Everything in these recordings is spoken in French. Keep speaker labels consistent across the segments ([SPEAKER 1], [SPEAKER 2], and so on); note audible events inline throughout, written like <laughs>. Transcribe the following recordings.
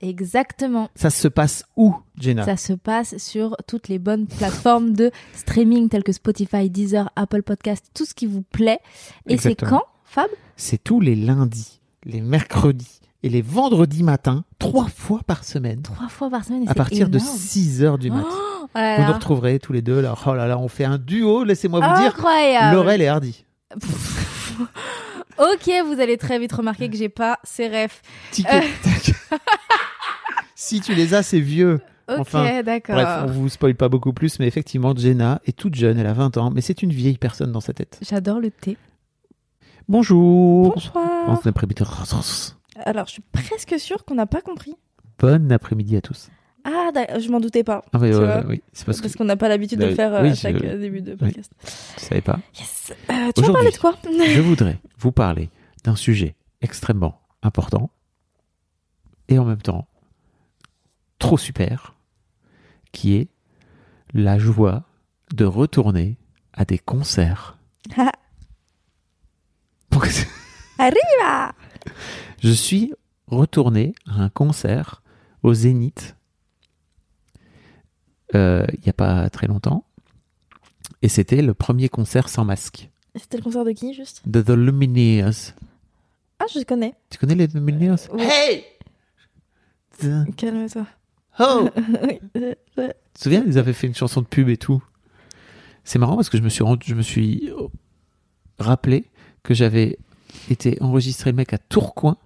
[SPEAKER 1] Exactement.
[SPEAKER 2] Ça se passe où, Jenna
[SPEAKER 1] Ça se passe sur toutes les bonnes plateformes de streaming telles que Spotify, Deezer, Apple Podcast, tout ce qui vous plaît. Et c'est
[SPEAKER 2] Exactement.
[SPEAKER 1] quand, Fab
[SPEAKER 2] C'est tous les lundis, les mercredis et les vendredis matins, trois fois par semaine.
[SPEAKER 1] Trois fois par semaine. et
[SPEAKER 2] À
[SPEAKER 1] c'est
[SPEAKER 2] partir de
[SPEAKER 1] énorme.
[SPEAKER 2] 6 heures du matin.
[SPEAKER 1] Oh là
[SPEAKER 2] vous
[SPEAKER 1] là. Oh
[SPEAKER 2] nous retrouverez tous les deux. Là. Oh là là, on fait un duo, laissez-moi vous dire.
[SPEAKER 1] Incroyable.
[SPEAKER 2] Laurel et Hardy.
[SPEAKER 1] Pff. <laughs> ok, vous allez très vite remarquer que j'ai pas ces refs.
[SPEAKER 2] Ticket.
[SPEAKER 3] Euh.
[SPEAKER 2] <laughs> si tu les as, c'est vieux.
[SPEAKER 1] Ok,
[SPEAKER 2] Enfin,
[SPEAKER 1] d'accord.
[SPEAKER 2] Bref, on vous spoil pas beaucoup plus, mais effectivement, Jenna est toute jeune, elle a 20 ans, mais c'est une vieille personne dans sa tête.
[SPEAKER 1] J'adore le thé.
[SPEAKER 2] Bonjour
[SPEAKER 3] Bonsoir.
[SPEAKER 2] Bon après-midi.
[SPEAKER 3] Alors, je suis presque sûre qu'on n'a pas compris.
[SPEAKER 2] Bon après-midi à tous.
[SPEAKER 3] Ah, d'ac- je m'en doutais pas.
[SPEAKER 2] Ah, mais,
[SPEAKER 3] Tu
[SPEAKER 2] euh,
[SPEAKER 3] vois
[SPEAKER 2] oui, c'est parce que
[SPEAKER 3] Parce qu'on n'a pas l'habitude de
[SPEAKER 2] Bah,
[SPEAKER 3] le faire euh,
[SPEAKER 2] oui,
[SPEAKER 3] à chaque
[SPEAKER 2] je-
[SPEAKER 3] euh, début de podcast.
[SPEAKER 2] tu savais pas.
[SPEAKER 3] Yes. Euh, tu vas parler de quoi <laughs>
[SPEAKER 2] Je voudrais vous parler d'un sujet extrêmement important et en même temps trop super, qui est la joie de retourner à des concerts.
[SPEAKER 3] Ah,
[SPEAKER 2] Pourquoi-
[SPEAKER 3] ah.
[SPEAKER 2] Je suis retourné à un concert au Zénith euh, il n'y a pas très longtemps. Et c'était le premier concert sans masque
[SPEAKER 3] C'était le concert de qui, juste
[SPEAKER 2] de The Lumineers.
[SPEAKER 3] Ah, je connais.
[SPEAKER 2] Tu connais les Lumineers
[SPEAKER 3] Oui.
[SPEAKER 2] Hey The-
[SPEAKER 3] Calme-toi. <laughs>
[SPEAKER 2] Oh
[SPEAKER 3] Euh, euh,
[SPEAKER 2] Tu te souviens, ils avaient fait une chanson de pub et tout. C'est marrant parce que je me suis, rendu- je me suis rappelé que j'avais été enregistré le mec à Tourcoing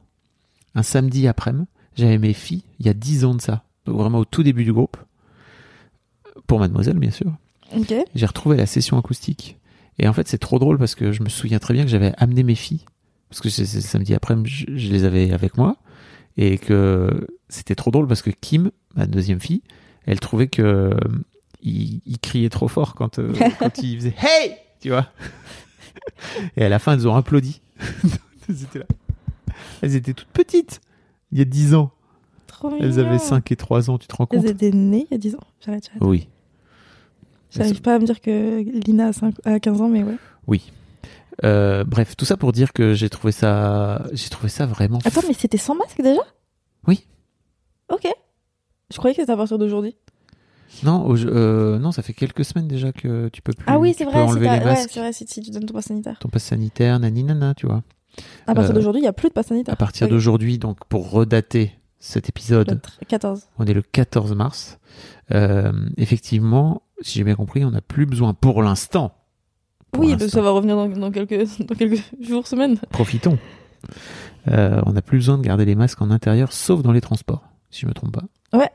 [SPEAKER 2] un samedi après-midi. J'avais mes filles il y a 10 ans de ça, donc vraiment au tout début du groupe. Pour mademoiselle, bien sûr.
[SPEAKER 3] ok.
[SPEAKER 2] J'ai retrouvé la session acoustique. Et en fait, c'est trop drôle parce que je me souviens très bien que j'avais amené mes filles. Parce que c'est c'est le samedi après-midi, je, je les avais avec moi. Et que c'était trop drôle parce que Kim, ma deuxième fille, elle trouvait que euh, il, il criait trop fort quand,
[SPEAKER 3] <laughs>
[SPEAKER 2] euh, quand il faisait Hey Tu vois Et à la fin, elles ont applaudi. <laughs> elles étaient là. Elles étaient toutes petites. Il y a 10 ans.
[SPEAKER 3] Trop mignon.
[SPEAKER 2] Elles avaient 5 et 3 ans, tu te rends compte
[SPEAKER 3] Elles étaient nées il y a 10 ans. J'arrête, j'arrête.
[SPEAKER 2] Oui.
[SPEAKER 3] J'arrive pas à me dire que Lina a, cinq- a 15 ans, mais ouais.
[SPEAKER 2] Oui. Euh, bref, tout ça pour dire que j'ai trouvé ça, j'ai trouvé ça vraiment.
[SPEAKER 3] Attends, mais c'était sans masque déjà
[SPEAKER 2] Oui.
[SPEAKER 3] Ok. Je croyais que c'était à partir d'aujourd'hui.
[SPEAKER 2] Non, au- euh, non, ça fait quelques semaines déjà que tu peux plus.
[SPEAKER 3] Ah oui,
[SPEAKER 2] tu
[SPEAKER 3] c'est
[SPEAKER 2] peux
[SPEAKER 3] vrai. si
[SPEAKER 2] enlever
[SPEAKER 3] t'as-
[SPEAKER 2] les
[SPEAKER 3] ouais,
[SPEAKER 2] masques,
[SPEAKER 3] c'est vrai, si, si tu donnes ton passe sanitaire.
[SPEAKER 2] ton passe sanitaire, nani nana, tu vois.
[SPEAKER 3] À partir
[SPEAKER 2] Euh,
[SPEAKER 3] d'aujourd'hui, il n'y a plus de passe sanitaire.
[SPEAKER 2] À partir
[SPEAKER 3] Ok.
[SPEAKER 2] d'aujourd'hui, donc pour redater cet
[SPEAKER 3] Le
[SPEAKER 2] épisode,
[SPEAKER 3] tr- 14.
[SPEAKER 2] on est le 14 mars. Euh, effectivement, si j'ai bien compris, on n'a plus besoin pour l'instant. Pour
[SPEAKER 3] Oui,
[SPEAKER 2] l'instant.
[SPEAKER 3] ça va revenir dans, dans quelques, <laughs> dans quelques jours, semaines.
[SPEAKER 2] Profitons. Euh, on n'a plus besoin de garder les masques en intérieur, sauf dans les transports, si je me trompe pas.
[SPEAKER 3] <laughs>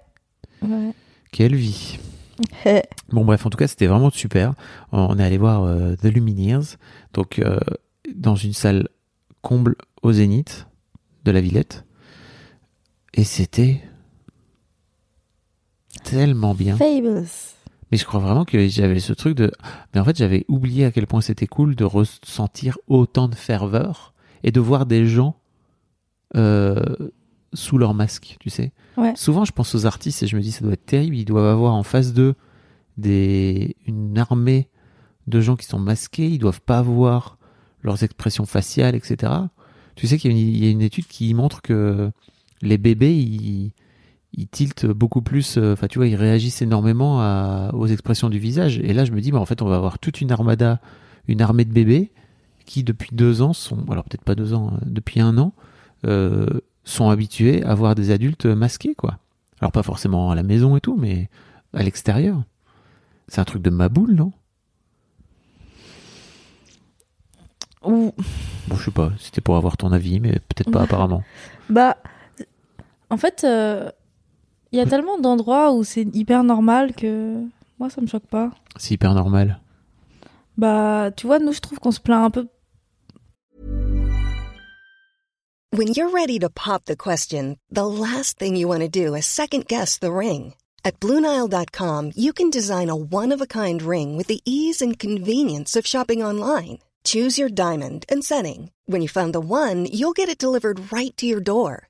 [SPEAKER 3] Ouais.
[SPEAKER 2] Quelle vie Hein Bon bref, en tout cas, c'était vraiment super. On est allé voir euh, The Lumineers, donc euh, dans une salle comble au Zénith de la Villette. Et c'était tellement bien.
[SPEAKER 3] Fables.
[SPEAKER 2] Mais je crois vraiment que j'avais ce truc de... Mais en fait, j'avais oublié à quel point c'était cool de ressentir autant de ferveur et de voir des gens euh, sous leur masque, tu sais.
[SPEAKER 3] Ouais.
[SPEAKER 2] Souvent, je pense aux artistes et je me dis, ça doit être terrible. Ils doivent avoir en face d'eux des... une armée de gens qui sont masqués. Ils doivent pas voir leurs expressions faciales, etc. Tu sais qu'il y, a une- il y a une étude qui montre que les bébés, ils, ils tiltent beaucoup plus, euh, enfin tu vois, ils réagissent énormément à- aux expressions du visage. Et là, je me dis, bah, en fait, on va avoir toute une armada, une armée de bébés qui, depuis deux ans, sont, alors peut-être pas deux ans, hein, depuis un an, euh, sont habitués à voir des adultes masqués, quoi. Alors pas forcément à la maison et tout, mais à l'extérieur. C'est un truc de maboule, non
[SPEAKER 3] Ou,
[SPEAKER 2] Bon, je sais pas, c'était pour avoir ton avis, mais peut-être pas apparemment.
[SPEAKER 3] bah, en fait, euh, il y a tellement d'endroits où c'est hyper normal que moi, ça me choque pas.
[SPEAKER 2] C'est hyper normal.
[SPEAKER 3] Bah, tu vois, nous, je trouve qu'on se plaint un peu.
[SPEAKER 4] When you're ready to pop the question, the last thing you want to do is second guess the ring. At Bluenile.com, you can design a one of a kind ring with the ease and convenience of shopping online. Choose your diamond and setting. When you find the one, you'll get it delivered right to your door.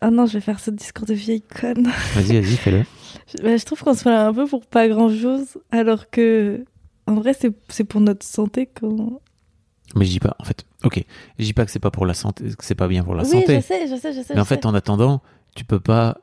[SPEAKER 3] Ah non, je vais faire ce discours de vieille conne.
[SPEAKER 2] Vas-y, vas-y, fais-le.
[SPEAKER 3] Je, bah, je trouve qu'on se plaint un peu pour pas grand chose, alors que en vrai, c'est c'est pour notre santé qu'on.
[SPEAKER 2] Mais je dis pas, en fait, ok, je dis pas que c'est pas pour la santé, que c'est pas bien pour la
[SPEAKER 3] oui,
[SPEAKER 2] santé.
[SPEAKER 3] je sais, je sais, je sais.
[SPEAKER 2] Mais en
[SPEAKER 3] je
[SPEAKER 2] fait, en attendant, tu peux pas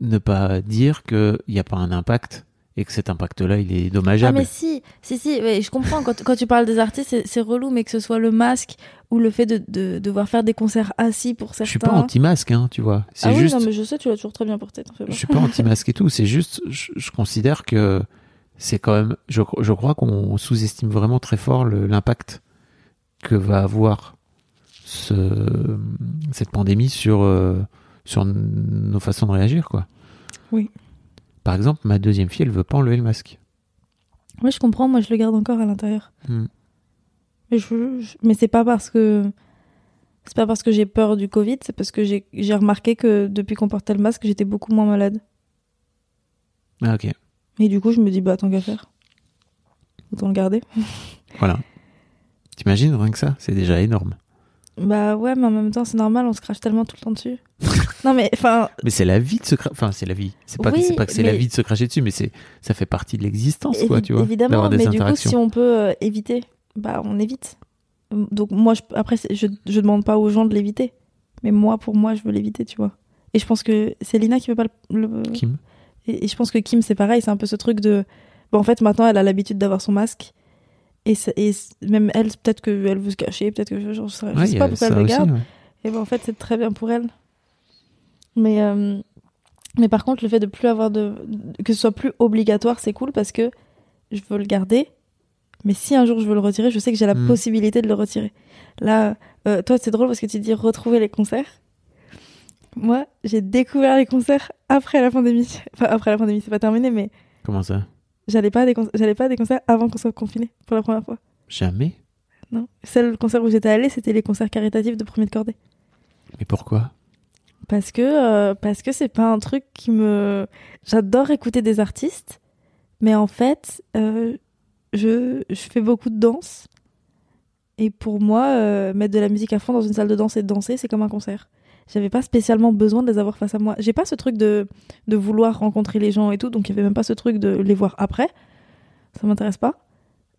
[SPEAKER 2] ne pas dire qu'il n'y a pas un impact et que cet impact-là, il est
[SPEAKER 3] Ah
[SPEAKER 2] dommageable.
[SPEAKER 3] mais si, si, si, ouais, je comprends, quand, quand tu parles des artistes, c'est- c'est relou, mais que ce soit le masque ou le fait de, de devoir faire des concerts assis pour certains.
[SPEAKER 2] je suis pas anti-masque, hein, tu vois. C'est
[SPEAKER 3] Ah
[SPEAKER 2] juste,
[SPEAKER 3] oui, non, mais je sais, tu l'as toujours très bien porté, t'en fais pas.
[SPEAKER 2] je suis pas anti-masque et tout. C'est juste, je, je considère que c'est quand même, je, je crois qu'on sous-estime vraiment très fort le- l'impact que va avoir ce, cette pandémie sur, euh, sur nos façons de réagir, quoi.
[SPEAKER 3] Oui.
[SPEAKER 2] Par exemple, ma deuxième fille, elle veut pas enlever le masque.
[SPEAKER 3] Moi, je comprends, moi, je le garde encore à l'intérieur.
[SPEAKER 2] Hmm.
[SPEAKER 3] Mais, je- je- mais c'est pas parce que. C'est pas parce que j'ai peur du Covid, c'est parce que j'ai j'ai remarqué que depuis qu'on portait le masque, j'étais beaucoup moins malade.
[SPEAKER 2] Ah, ok.
[SPEAKER 3] Et du coup, je me dis, bah, tant qu'à faire. Autant le garder.
[SPEAKER 2] Voilà. T'imagines rien que ça C'est déjà énorme.
[SPEAKER 3] Bah ouais, mais en même temps, c'est normal, on se crache tellement tout le
[SPEAKER 2] <laughs>
[SPEAKER 3] temps dessus. non, mais enfin,
[SPEAKER 2] Mais c'est la vie de se cracher. Enfin, c'est la vie. C'est pas, que-
[SPEAKER 3] Oui,
[SPEAKER 2] c'est pas que c'est la
[SPEAKER 3] mais-
[SPEAKER 2] vie de se cracher dessus, mais c'est ça fait partie de l'existence, quoi,
[SPEAKER 3] Évi-
[SPEAKER 2] tu vois.
[SPEAKER 3] Évidemment,
[SPEAKER 2] d'avoir des
[SPEAKER 3] mais du coup,
[SPEAKER 2] interactions.
[SPEAKER 3] si on peut euh, éviter, bah on évite. Donc moi, je- après, c'est- je je demande pas aux gens de l'éviter, mais moi, pour moi, je veux l'éviter, tu vois. Et je pense que c'est Lina qui veut pas le. le-
[SPEAKER 2] Kim.
[SPEAKER 3] Et, et je pense que Kim, c'est pareil, c'est un peu ce truc de. Bon, en fait, maintenant, elle a l'habitude d'avoir son masque. Et, c'est- et c'est- même elle, peut-être qu'elle veut se cacher, peut-être que je, je sais
[SPEAKER 2] Ouais,
[SPEAKER 3] je
[SPEAKER 2] il
[SPEAKER 3] sais
[SPEAKER 2] y
[SPEAKER 3] pas
[SPEAKER 2] a
[SPEAKER 3] pourquoi
[SPEAKER 2] ça
[SPEAKER 3] elle le
[SPEAKER 2] aussi,
[SPEAKER 3] garde.
[SPEAKER 2] ouais.
[SPEAKER 3] Et ben en fait, c'est très bien pour elle. Mais, euh, mais par contre, le fait de plus avoir de. que ce soit plus obligatoire, c'est cool parce que je veux le garder. Mais si un jour je veux le retirer, je sais que j'ai la
[SPEAKER 2] Mm.
[SPEAKER 3] possibilité de le retirer. Là, euh, toi, c'est drôle parce que tu dis retrouver les concerts. Moi, j'ai découvert les concerts après la pandémie. <laughs> Enfin, après la pandémie, c'est pas terminé, mais
[SPEAKER 2] Comment ça
[SPEAKER 3] j'allais pas, à des con- j'allais pas à des concerts avant qu'on soit confiné pour la première fois.
[SPEAKER 2] Jamais
[SPEAKER 3] Non. Seul concert où j'étais allée, c'était les concerts caritatifs de premier de cordée.
[SPEAKER 2] Mais pourquoi
[SPEAKER 3] Parce que euh, parce que c'est pas un truc qui me j'adore écouter des artistes, mais en fait euh, je je fais beaucoup de danse et pour moi euh, mettre de la musique à fond dans une salle de danse et de danser c'est comme un concert. J'avais pas spécialement besoin de les avoir face à moi. J'ai pas ce truc de de vouloir rencontrer les gens et tout, donc il y avait même pas ce truc de les voir après. Ça m'intéresse pas.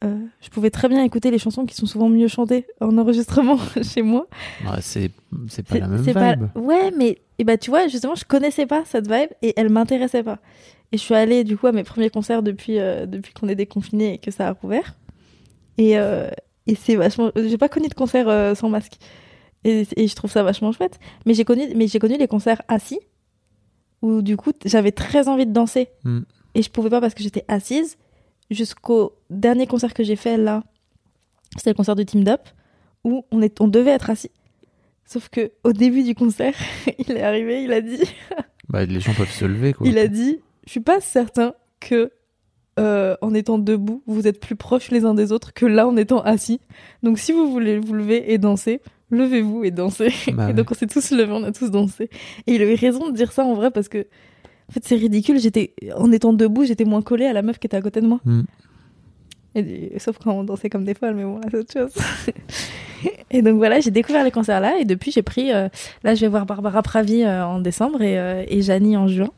[SPEAKER 3] Euh, je pouvais très bien écouter les chansons qui sont souvent mieux chantées en enregistrement <laughs> chez moi.
[SPEAKER 2] Ouais, Bah, C'est c'est pas la même
[SPEAKER 3] C'est
[SPEAKER 2] vibe.
[SPEAKER 3] pas- Ouais, mais et bah, tu vois, justement, je connaissais pas cette vibe et elle m'intéressait pas. Et je suis allée du coup à mes premiers concerts depuis, euh, depuis qu'on est déconfiné et que ça a rouvert. Et, euh, et c'est vachement. J'ai pas connu de concert euh, sans masque. Et, et je trouve ça vachement chouette. Mais j'ai connu, mais j'ai connu les concerts assis où du coup t- j'avais très envie de danser.
[SPEAKER 2] Mm.
[SPEAKER 3] Et je pouvais pas parce que j'étais assise jusqu'au dernier concert que j'ai fait là. C'était le concert de Team Up où on, est, on devait être assis. Sauf que au début du concert, <laughs> il est arrivé, il a dit,
[SPEAKER 2] Bah, les gens peuvent se lever, quoi.
[SPEAKER 3] il a dit, je suis pas certain que euh, en étant debout, vous êtes plus proches les uns des autres que là en étant assis. Donc si vous voulez vous lever et danser, levez-vous et dansez.
[SPEAKER 2] Bah ouais.
[SPEAKER 3] et donc on s'est tous levés, on a tous dansé. Et il a eu raison de dire ça en vrai parce que en fait c'est ridicule. J'étais en étant debout, j'étais moins collée à la meuf qui était à côté de moi.
[SPEAKER 2] Hmm.
[SPEAKER 3] Et- sauf quand on dansait comme des folles, mais bon là c'est autre chose. <laughs> et donc voilà, j'ai découvert les concerts là et depuis j'ai pris. euh, là je vais voir Barbara Pravi euh, en décembre et, euh, et Janie en juin.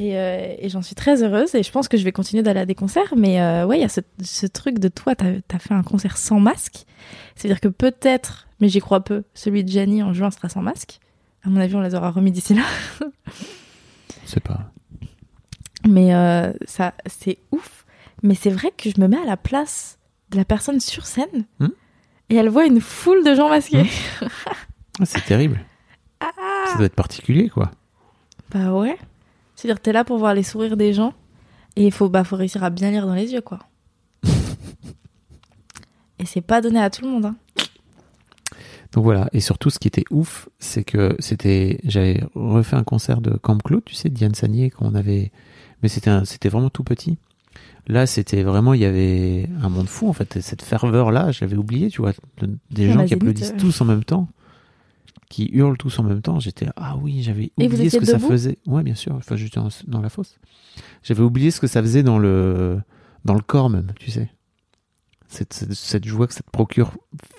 [SPEAKER 3] Et, euh, et j'en suis très heureuse et je pense que je vais continuer d'aller à des concerts. Mais euh, ouais, il y a ce, ce truc de toi, t'as as fait un concert sans masque. C'est-à-dire que peut-être, mais j'y crois peu, celui de Gianni en juin sera sans masque. À mon avis, on les aura remis d'ici là. <laughs>
[SPEAKER 2] C'est pas.
[SPEAKER 3] Mais euh, ça, c'est ouf. Mais c'est vrai que je me mets à la place de la personne sur scène
[SPEAKER 2] Hmm.
[SPEAKER 3] et elle voit une foule de gens masqués.
[SPEAKER 2] Ah, c'est terrible.
[SPEAKER 3] Ah,
[SPEAKER 2] Ça doit être particulier, quoi.
[SPEAKER 3] Bah ouais. C'est-à-dire, t'es là pour voir les sourires des gens et il faut, bah, faut réussir à bien lire dans les
[SPEAKER 2] <laughs>
[SPEAKER 3] yeux, quoi. et c'est pas donné à tout le monde. Hein.
[SPEAKER 2] Donc voilà. Et surtout, ce qui était ouf, c'est que c'était. J'avais refait un concert de Camp Claude, tu sais, de Diane Sagnier, qu'on avait. Mais c'était un- c'était vraiment tout petit. Là, c'était vraiment. Il y avait un monde fou, en fait. Cette ferveur-là, j'avais oublié, tu vois. de- des
[SPEAKER 3] Ah,
[SPEAKER 2] gens
[SPEAKER 3] bah,
[SPEAKER 2] qui
[SPEAKER 3] zénith,
[SPEAKER 2] applaudissent
[SPEAKER 3] euh.
[SPEAKER 2] tous en même temps. Qui hurlent tous en même temps. J'étais. Ah oui, j'avais
[SPEAKER 3] Et vous
[SPEAKER 2] oublié ce
[SPEAKER 3] étiez
[SPEAKER 2] que ça
[SPEAKER 3] debout
[SPEAKER 2] faisait. Ouais, bien sûr. Enfin, j'étais en- dans la fosse. J'avais oublié ce que ça faisait dans le. Dans le corps même, tu sais. Cette, cette, cette joie que ça te procure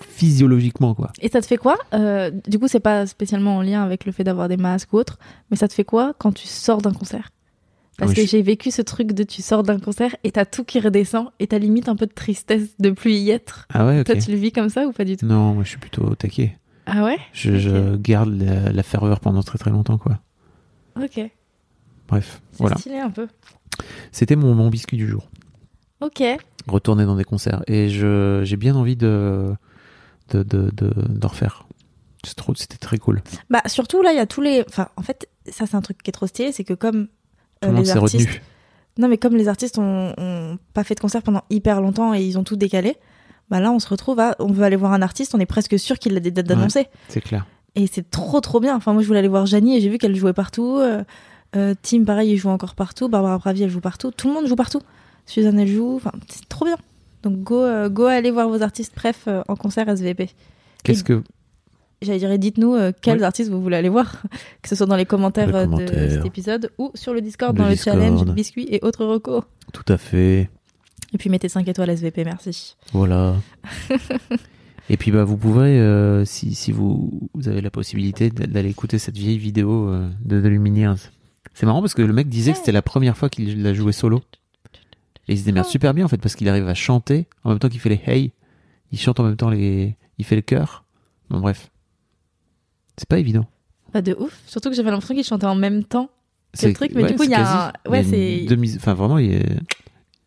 [SPEAKER 2] physiologiquement, quoi.
[SPEAKER 3] Et ça te fait quoi Euh, Du coup, c'est pas spécialement en lien avec le fait d'avoir des masques ou autre, mais ça te fait quoi quand tu sors d'un concert Parce
[SPEAKER 2] Oui,
[SPEAKER 3] que
[SPEAKER 2] je-
[SPEAKER 3] j'ai vécu ce truc de tu sors d'un concert et t'as tout qui redescend et t'as limite un peu de tristesse de plus y être.
[SPEAKER 2] Ah ouais, ok. Mm.
[SPEAKER 3] Toi, tu le vis comme ça ou pas du tout
[SPEAKER 2] Non, moi je suis plutôt au taquet.
[SPEAKER 3] Ah ouais
[SPEAKER 2] Je, je garde la, la ferveur pendant très très longtemps, quoi.
[SPEAKER 3] Ok. C'est
[SPEAKER 2] Bref, voilà.
[SPEAKER 3] stylé un peu.
[SPEAKER 2] C'était mon, mon biscuit du jour.
[SPEAKER 3] Ok.
[SPEAKER 2] Retourner dans des concerts. Et je, j'ai bien envie de, de, de, de, d'en refaire. C'est trop, c'était très cool.
[SPEAKER 3] Bah surtout là, il y a tous les. Enfin, en fait, ça c'est un truc qui est trop stylé, c'est que comme
[SPEAKER 2] Tout
[SPEAKER 3] euh,
[SPEAKER 2] le monde
[SPEAKER 3] les
[SPEAKER 2] s'est
[SPEAKER 3] artistes,
[SPEAKER 2] retenu.
[SPEAKER 3] non mais comme les artistes ont, ont pas fait de concert pendant hyper longtemps et ils ont tout décalé, bah là on se retrouve à, on veut aller voir un artiste, on est presque sûr qu'il a des dates
[SPEAKER 2] Ouais.
[SPEAKER 3] d'annoncer.
[SPEAKER 2] C'est clair.
[SPEAKER 3] Et c'est trop trop bien. Enfin, moi je voulais aller voir Janie et j'ai vu qu'elle jouait partout. Euh, euh, Tim, pareil, il joue encore partout. Barbara Pravi, elle joue partout. Tout le monde joue partout. Suzanne, elle joue. Enfin, c'est trop bien. Donc go, euh, go aller voir vos artistes, bref, euh, en concert SVP.
[SPEAKER 2] Qu'est-ce que.
[SPEAKER 3] J'allais dire, et dites-nous euh, quels
[SPEAKER 2] Oui.
[SPEAKER 3] artistes vous voulez aller voir, <laughs> que ce soit dans les commentaires,
[SPEAKER 2] Les
[SPEAKER 3] euh, de
[SPEAKER 2] commentaires.
[SPEAKER 3] cet épisode ou sur le Discord,
[SPEAKER 2] Le
[SPEAKER 3] dans
[SPEAKER 2] Discord.
[SPEAKER 3] le challenge, biscuits et autres recos.
[SPEAKER 2] Tout à fait.
[SPEAKER 3] Et puis mettez 5 étoiles SVP, merci.
[SPEAKER 2] Voilà. Et puis bah vous pouvez, euh, si, si vous, vous avez la possibilité d'a- d'aller écouter cette vieille vidéo euh, de The Lumineers. C'est marrant parce que le mec disait que c'était la première fois qu'il la jouait solo. Et il se démerde super bien en fait parce qu'il arrive à chanter en même temps qu'il fait les hey. Il chante en même temps les, il fait le chœur. Bon bref, c'est pas évident.
[SPEAKER 3] Pas de ouf, surtout que j'avais l'impression qu'ils chantaient en même temps.
[SPEAKER 2] C'est
[SPEAKER 3] le truc, mais du coup,
[SPEAKER 2] c'est
[SPEAKER 3] il y
[SPEAKER 2] quasi.
[SPEAKER 3] a un- ouais,
[SPEAKER 2] Il y a une
[SPEAKER 3] c'est-
[SPEAKER 2] demi- Enfin vraiment, il est-